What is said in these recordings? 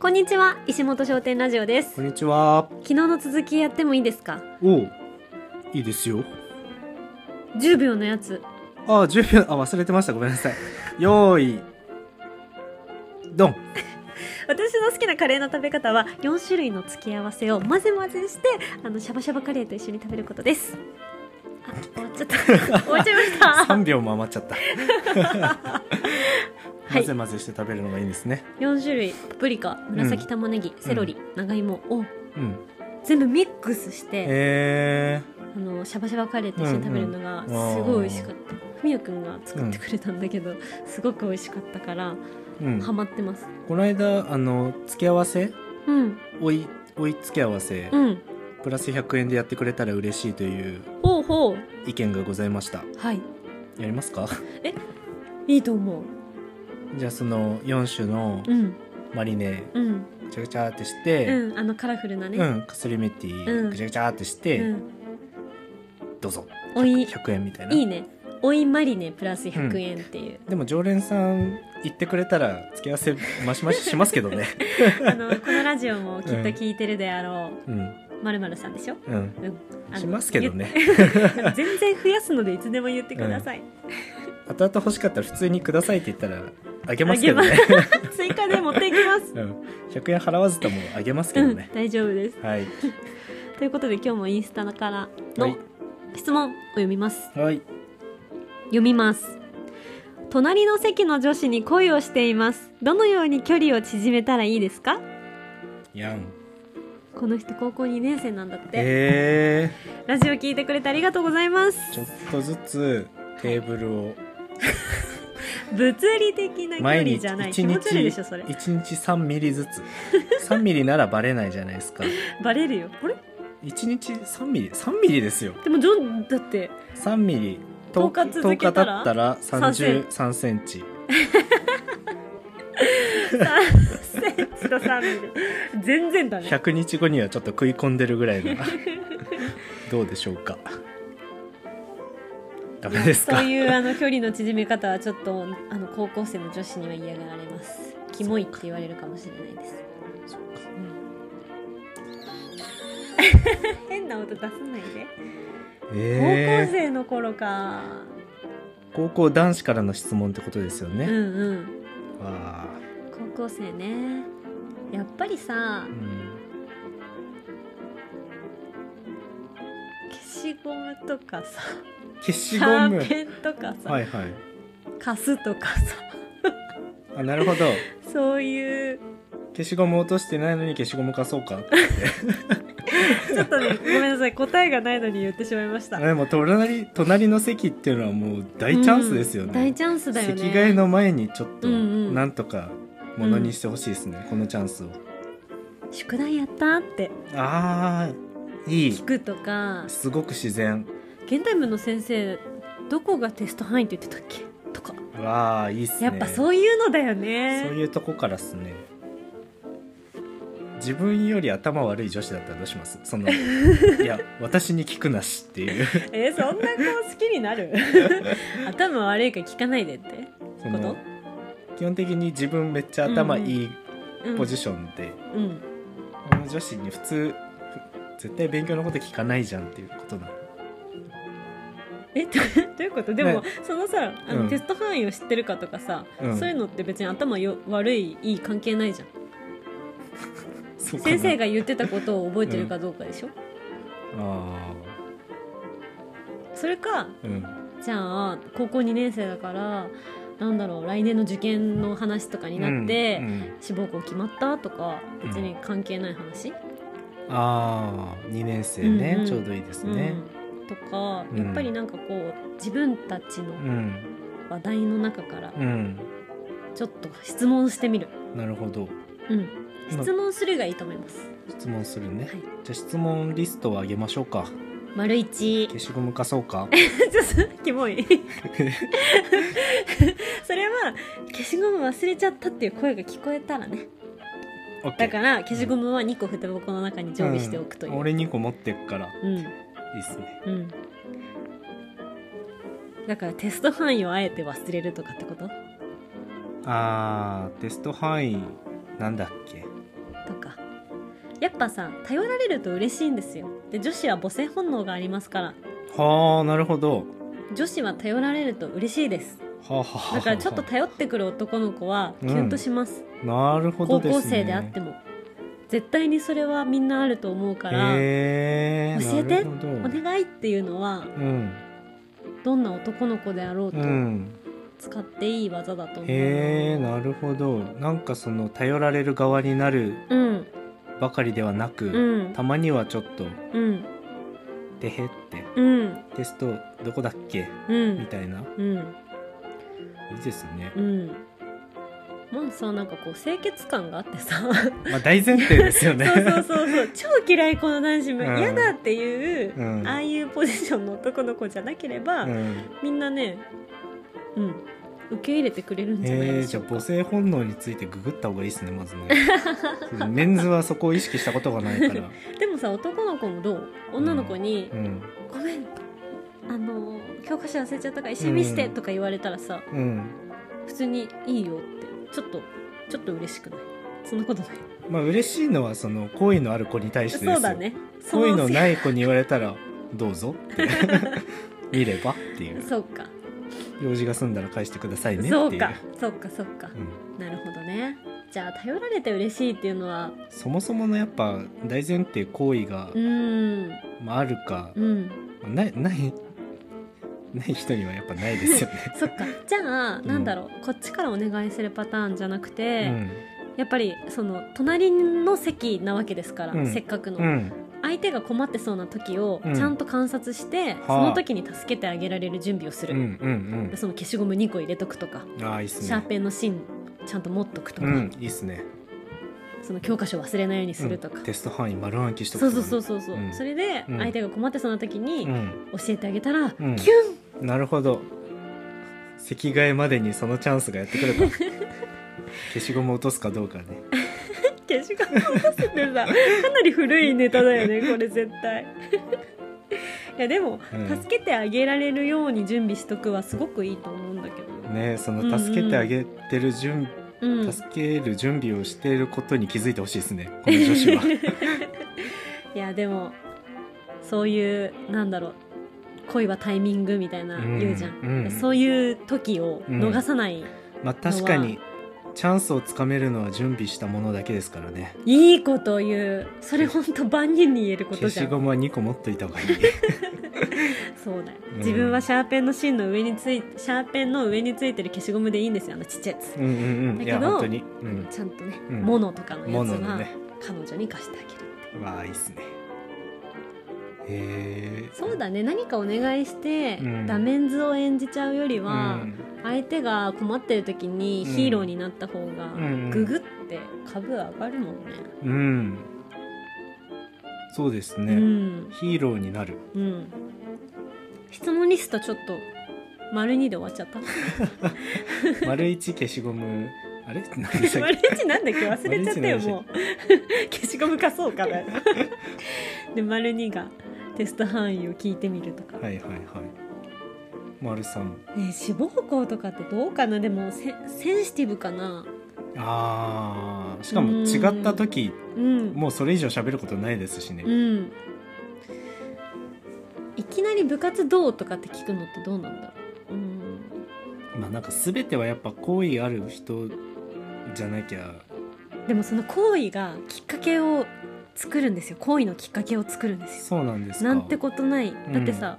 こんにちは石本商店ラジオですこんにちは。昨日の続きやってもいいですかおういいですよ。 10秒のやつああ、10秒、あ、忘れてました。ごめんなさい。 よーい、ドン。私の好きなカレーの食べ方は4種類の付き合わせを混ぜ混ぜしてあのシャバシャバカレーと一緒に食べることですあ終わっちゃった 終わっちゃいました3秒も余っちゃった。 は混いぜ混ぜして食べるのがいいんですね。 4種類パプリカ紫玉ねぎ、セロリ長芋をうん。全部ミックスしてえあのシャバシャバカレーと一緒に食べるのがうんうんすごい美味しかったふみやくんが作ってくれたんだけど、すごく美味しかったからー、うん。ハマってますこの間、あの、付け合わせ、うんおい、おい付け合わせ、うんプラス100円でやってくれたら嬉しいというほうほう意見がございました。はいやりますかいいと思うじゃあ、その4種のうんマリネ、うんぐちゃぐちゃってして、うんあのカラフルなね、うん、かすりメティ、うんぐちゃぐちゃってして、うんどうぞおい 100, 100円みたいないいねおいマリネプラス100円っていう、でも常連さん言ってくれたら付け合わせマシマシしますけ どねあのこのラジオもきっと聞いてるであろうんうまるまるさんでしょうんうんあのしますけどね言って 全然増やすのでいつでも言ってくだ さい、後々欲しかったら普通にくださいって言ったらあげますけどね、追加で持っていきます うん、100円払わずともあげますけうどんね、大丈夫ですはいということで今日もインスタからはのい質問を読みますはい読みます隣の席の女子に恋をしていますどのように距離を縮めたらいいですかやんこの人高校2年生なんだって、えラジオ聞いてくれてありがとうございますー、ちょっとずつテーブルを物理的な距毎離日じゃない1気持ち悪いでし日ょそれ一日3ミリずつ3ミリならバレないじゃないですかバレるよあれ1日3ミリ3ミリですよでもジョンだって3ミリ10日続けたら10日経ったら33センチ3センチと3ミリ全然だね100日後にはちょっと食い込んでるぐら いのどうでしょうかダメですそかういうあの距離の縮め方はちょっとあの高校生の女子には嫌がられますキモいって言われるかもしれないですうん 変な音出さないで、高校えー生の頃か高校男子からの質問ってことですようんね、うんわあ高校生ねやっぱりさうん消しゴムとかさ消しシゴャムーペンとかさ、はいはいカスとかさあなるほどそういう消しゴム落としてないのに消しゴム貸そうかちょっと ねごめんなさい答えがないのに言ってしまいましたでも隣隣の席っていうのはもう大チャンスですよね、うん大チャンスだよね席替えの前にちょっとうんうんなんとかものにしてほしいですね、このチャンスを宿題やったってあーいい聞くとかすごく自然現代文の先生どこがテスト範囲って言ってたっけとかわあいいっすねやっぱうそういうのだよそうねいうとこからっすね自分より頭悪い女子だったらどうします そのいや私に聞くなしっていうえそんな子好きに なる頭悪いから聞かないでってそこのと基本的に自分めっちゃ頭いいうんポジションで、うんこの女子に普通絶対勉強のこと聞かないじゃんっていうことなのえどどう いうことでも、ねそのさあの、うんテスト範囲を知ってるかとかさ、うんそういうのって別に頭よ悪いいい関係ないじゃんそうか先な生が言ってたことを覚えてるかどうかでしょ、あそれかあうんじゃあ高校2年生だからなんだろう来年の受験の話とかになって、うんうん志望校決まったとか別に関係ない話、ああ2年生ね、うんうんちょうどいいですねうんとか、うんやっぱりなんかこう自分たちのうん話題の中からうん、ちょっと質問してみる、なるほどうん、今質問するがいいと思います。質問するはね、いじゃあ質問リストをあげましょうか丸 一消しゴム貸そうかちょっとキモ いそれは消しゴム忘れちゃったっていう声が聞こえたらね OK だから消しゴムは2個筆箱の中に常備しておくといんう、俺2個持ってくからいうんうんいっすねだからテスト範囲をあえて忘れるとかってことあーテスト範囲なんだっけやっぱさ頼られると嬉しいんですよで女子は母性本能がありますからはあなるほど女子は頼られると嬉しいですはあ、はあはあはあ、だからちょっと頼ってくる男の子はキュンとします、なるほど高ですね校生であっても絶対にそれはみんなあると思うから、へえ教えてなるほどお願いっていうのはうんどんな男の子であろうとうん使っていい技だと思う、へえなるほどなんかその頼られる側になるうんばかりではなく、うんたまにはちょっとうん「てへ」ってうんテストどこだっけうみんたいなうんいいですねうんもうさなんかこう清潔感があってさまあ大前提ですよ ねそうそうそうそう超嫌いこの男子もうん嫌だっていう、うんああいうポジションの男の子じゃなければ、うんみんなねうん受け入れてくれるんじゃないえでー、しじょゃうあか、母性本能についてググった方がいいですね まずねそうメンズはそこを意識したことがな いからでもさ男の子もどう女の子にう、んごめんあの教科書忘れちゃったから一緒に見せてうんとか言われたらさ、うん普通にいいよってちょっとちょっと嬉しくないそんなことないまあ嬉しいのはその好意のある子に対してですよそうだねそ好意のいない子に言われたらどうぞ って見ればっていうそうか用事が済んだら返してくださいねっていうそうかそうかそうか、うんなるほどねじゃあ頼られて嬉しいっていうのはそもそものやっぱ大前提好意がう、ーんまあ、あるか、うんまあないないない人にはやっぱないです よねそっかじゃあ、んなんだろうこっちからお願いするパターンじゃなくて、うんやっぱりその隣の席なわけですから、うんせっかくの、うん相手が困ってそうな時をうんちゃんと観察して、あその時に助けてあげられる準備をすうる、んうんその消しゴム2個入れとくとか、うんああいいっすシャーねペンの芯ちゃんと持っとくとうか、んいいっすねその教科書忘れないようにするとか、うんテスト範囲丸暗記しとそうくそうそうそそうそう、うんそれでうん相手が困ってそうな時にうん教えてあげたら、キュンなるほど席替えまでにそのチャンスがやって くるか消しゴム落とすかどうかね消しゴム落とすってさかなり古いネタだよ ねこれ絶対いやでも、うん助けてあげられるように準備しとくはすごくいいと思うんだけど、ねそうんうのん助けてあげてる準、うん、助ける準備をしていることに気づいてほしいです ねこの女子はいやでもそういうなんだろう恋はタイミングみたいなうん言うじゃん、うんそういう時を逃さない、まあ確かにチャンスをつかめるのは準備したものだけですからねいいことを言うそれ本当万人に言えること消じゃしんゴムは2個持っといた方が いいそうだよ、うん自分はシャーペンの芯の上についシャーペンの上についてる消しゴムでいいんですよあのちっちゃいやつうんうんうんいやだけど本当にうんちゃんとね、うんモノとかのもやつののはね彼女に貸してあげるわあいいっすねへえそうだね何かお願いして、うんダメンズを演じちゃうよりうは、ん、相手が困ってる時にヒーローになった方がうんググって株上がるもんね。うん、そうですうね、ん、ヒーロー になるうん。質問リストちょっと丸二で終わっちゃった。丸一消しゴムあれ何でしたっ丸一なんだっけ忘れちゃったよ丸一何でしたっけもう。 消しゴム貸そうかな。 で丸二がテスト範囲を聞いてみるとか。けはいはいはい丸三ねえ志望校とかってどうかなでもセセンシティブかな。あーしかも違った時うん。もうそれ以上喋ることないですしね、うん。いきなり部活どうとかって聞くのってどうなんだろう。うん。まあなんか全てはやっぱ好意ある人じゃなきゃでもその行為がきっかけを作るんですよ行為のきっかけを作るんですそうなんですよかなんてことないんだってさ、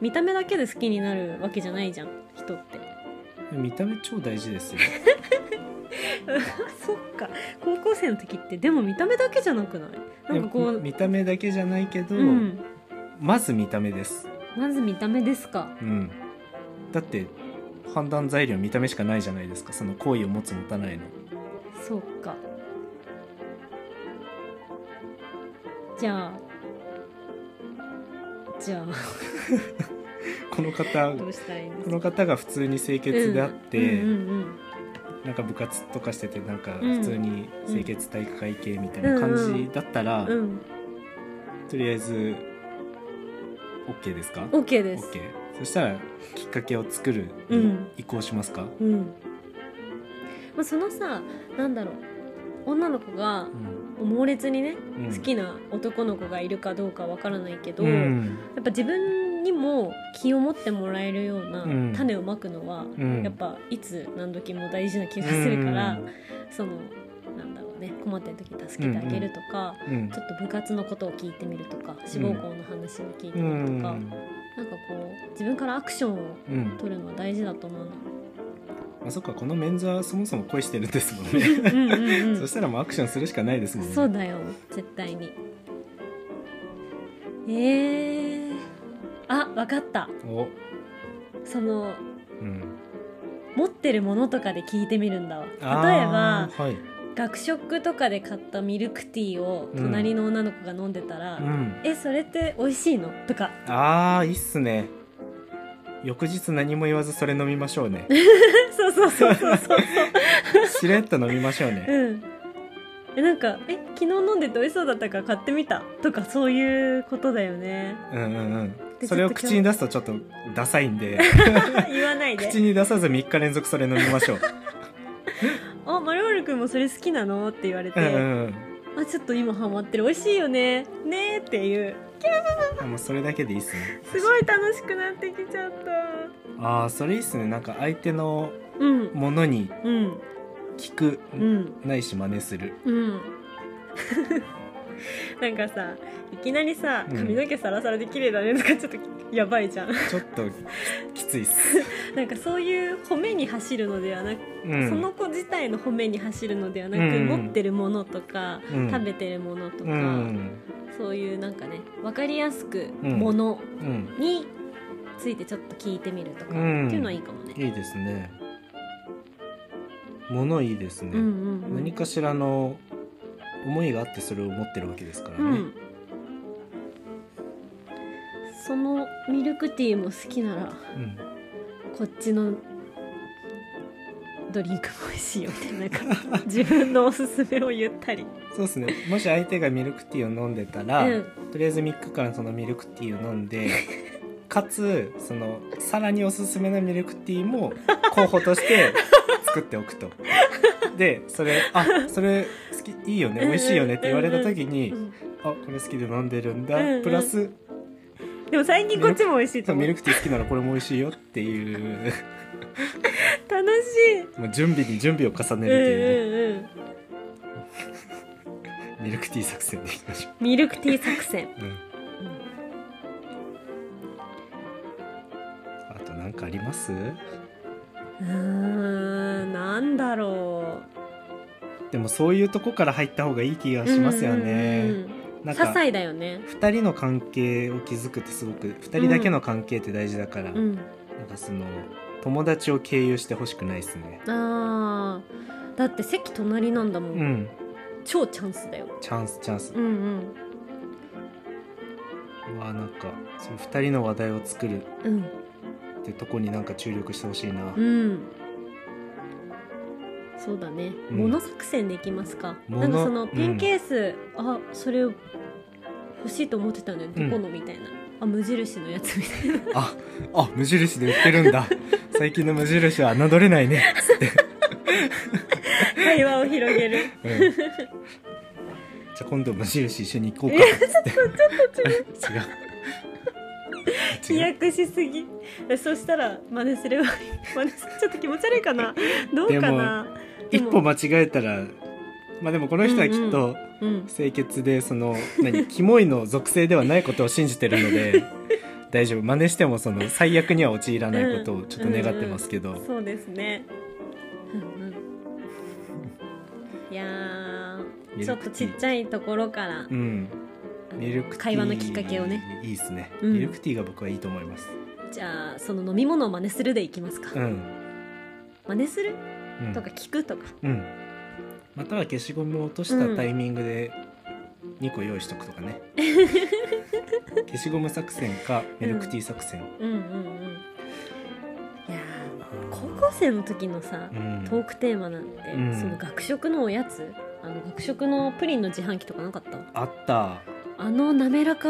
見た目だけで好きになるわけじゃないじゃん人って見た目超大事ですよそっか高校生の時ってでも見た目だけじゃなくない なんかこでう見た目だけじゃないけど、うんまず見た目ですまず見た目ですかうんだって判断材料見た目しかないじゃないですかその好意を持つ持たないのそうかじゃあじゃあこの方どうしたらいいんですこかの方が普通に清潔であって、うんうんうんなんか部活とかしててなんかうん普通に清潔体育会系みたいな感じだったら、うんうんとりあえず OK ですか OK です、 OK そしたらきっかけを作るうん移行しますか、うんまあ、そのさなんだろう女の子がうん猛烈にね、うん好きな男の子がいるかどうかわからないけど、うんやっぱ自分にも気を持ってもらえるようなうん種をまくのは、うんやっぱいつ何時も大事な気がするから、そのなんだろうね困ってる時に助けてあげるとか、うんちょっと部活のことを聞いてみるとか志望校の話を聞いてみるとか、なんかこう自分からアクションをうんうん取るのは大事だと思うの。まあ、そっかこのメンズはそもそも恋してるんですもんねうんうんうん そしたらもうアクションするしかないですもんねそうだよ絶対にえー、あわかったおそのうん持ってるものとかで聞いてみるんだわ例えあばーはい学食とかで買ったミルクティーを隣の女の子が飲んでたら「うん、えそれって美味しいの?」とか「あーいいっすね翌日何も言わずそれ飲みましょ うねそうそうそうそうそうしれっと飲みま しょうねうん」えなんか「え昨日飲んでて美味しそうだったから買ってみた」とかそういうことだよね うんうんうでんそれを口に出すとちょっとダサいんで言わないで口に出さず3日連続それ飲みまし ょう「あまるまるくんもそれ好きなの?」って言われてうんうん「あちょっと今ハマってる美味しいよねねーっていううんもうそれだけでいいっすねすごい楽しくなってきちゃったああそれいいっすねなんか相手のうんものにうん聞く、うんないし真似するうん なんかさいきなりさうん髪の毛サラサラで綺麗だねとかちょっとやばいじゃんちょっときついっす、なんかそういう褒めに走るのではなく、うん、その子自体の褒めに走るのではなく、うん持ってるものとか、うん食べてるものとか、うんそういうなんかね分かりやすくうんものうんについてちょっと聞いてみるとか、うんっていうのはいいかもね。いいですね物いいですね、うんうんうん何かしらの思いがあってそれを持ってるわけですかうらね、んそのミルクティーも好きならうんこっちのドリンクも美味しいよみたいな感 じ自分のおすすめを言ったりそうですねもし相手がミルクティーを飲んでたら、うんとりあえず3日間そのミルクティーを飲んで かつそのさらにおすすめのミルクティーも候補として作っておくとでそれ「あそれ好きいいよね美味しいよね」って言われた時にうん「あこれ好きで飲んでるんだ」うんうんプラスでも最近こっちも美味しいとそう思ミうル楽クティー好きならこれも美味しいよっていうしいもう準備に準備を重ねうるというね、んうんうんミルクティー作戦でいきましょミルクティー作戦う、うん、あと何かありますうーんなんだろでもそういうとこから入った方がいい気がうしますようんうんね、うんなん些か細だよね2人の関係を築くってすごく2人だけの関係って大事だから、うんなんかその友達を経由してほしくないですねあーだって席隣なんだもん、うん超チャンスだよチャンスチャンスうんうんうわなんかその2人の話題を作るうんってとこになんか注力してほしいな、うん。そうだね。うんモノ作戦でいきますか。モなんノかそのペンケース、あ、それ欲しいと思ってたんだよ。どうんこのみたいな。あ、無印のやつみたいな。ああ無印で売ってる んだ最近の無印は侮れないねつって、会話を広げる。 うんじゃあ今度無印一緒に行こうかつってちょっと飛違う違う躍しすぎ。えそしたら真似すればいい。真似すちょっと気持ち悪いかな。どうかな。一歩ま間違えたらまあでもこの人はきっとうん。清潔でその何キモいの属性ではないことを信じてるので 大丈夫真似してもその最悪には陥らないことをちょっと願ってますけど、そうですね。うんうん。いやー、ちょっとちっちゃいところからう。んミルクティー会話のきっかけをねいいですね、うんミルクティーが僕はいいと思いますじゃあその飲み物を真似するでいきますか、うん、真似するうん、とか聞くとか、うんまたは消しゴムを落としたタイミングで2個用意しとくとか ね、消しゴム作戦かミルクティー作戦、うん、うんうんいやー高校生の時のさ、うんトークテーマなんて、うんその学食のおやつあの学食のプリンの自販機とかなかったあったあの滑らか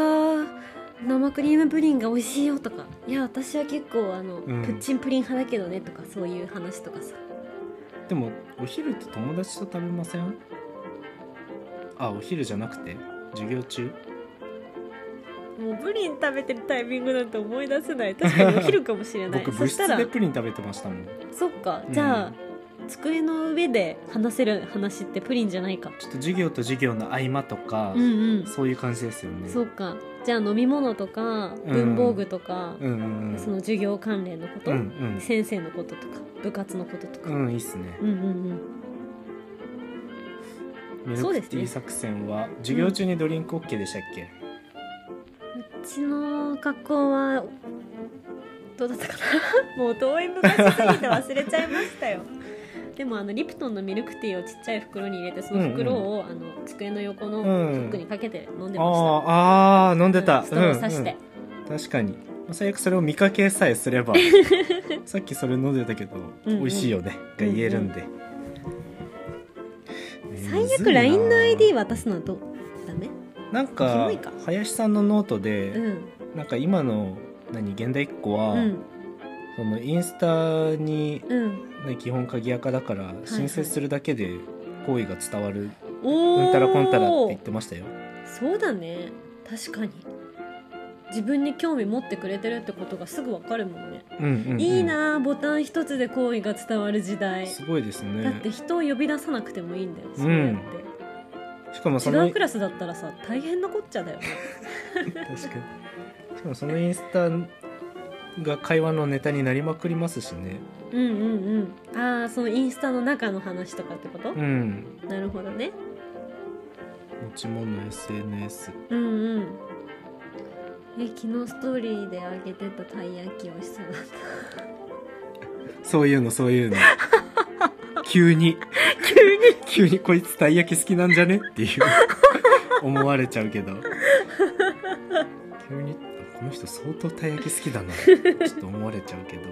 生クリームプリンが美味しいよとかいや私は結構あの、んプッチンプリン派だけどねとかそういう話とかさでもお昼って友達と食べませんあお昼じゃなくて授業中もうプリン食べてるタイミングなんて思い出せない確かにお昼かもし れない僕そ部し室たらでプリン食べてましたもんちそっかじゃあ、机の上で話せる話ってプリンじゃないかょっと授業と授業の合間とか、うんうんそういう感じですよねそうかじゃあ飲み物とかう文ん房具とか、うんうんうんその授業関連のこと、うん先生のこととか部活のこととか、ううんんうんいいっすねうんうん、ミルそうクですテねィー作戦は、授業中にドリンク OK でしたっけ、うちの学校はどうだったかなもう遠い昔すぎて忘れちゃいましたよ でもあのリプトンのミルクティーをちっちゃい袋に入れてその袋を、あの机の横のフックにかけて飲んであました、ーあー飲んでた、うんストローさして、うんうん確かにまあ最悪それを見かけさえすれば さっきそれ飲んでたけど、うんうん美味しいよねが言えるんで、えー最むずい悪な LINE の ID 渡すのはどうダメなんキかモいか林さんのノートで、うんなんか今の何現代っ子は、うんそのインスタに、うんね、基本鍵垢だから申請するだけで好意が伝わる、おーうんたらこんたらって言ってましたよそうだね確かに自分に興味持ってくれてるってことがすぐわかるもんね、うんうんうんいいなあボタン一つで好意が伝わる時代すごいですねだって人を呼び出さなくてもいいんだよ、うんそうやっしかもてその違うクラスだったらさ大変なこっちゃだよね確かにしかもそのインスタが会話のネタになりまくりますしねうんうんうんああそのインスタの中の話とかってこと、うんなるほどね持ち物 SNS うんうんえ昨日ストーリーであげてたたい焼き美味しそうだった そういうのそういう の急に急に急にこいつたい焼き好きなんじゃねっていう 思われちゃうけど急にあこの人相当たい焼き好きだなちょっと思われちゃうけど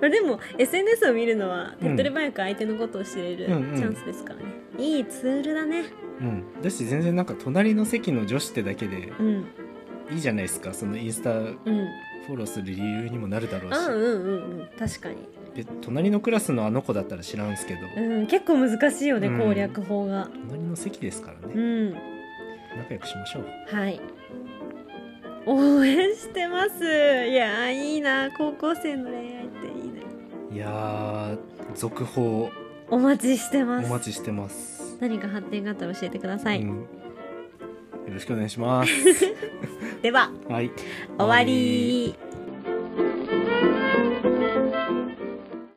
まあでも SNS を見るのは手うんっ取り早く相手のことを知れるチうんうんャンスですからね、いいツールだねうんだし全然なんか隣の席の女子ってだけでうんいいじゃないですかそのインスタフうんォローする理由にもなるだろうあしうんうんうん確かに、で隣のクラスのあの子だったら知らんすけど、うん、結構難しいよね、うん攻略法が隣の席ですからうね、ん仲良くしましょうはい応援してますいやーいいな高校生の恋愛っていいねいやー続報お待ちしておます待ちしてます、何か発展があったら教えてください、うん よろしくお願いしますでははい終わり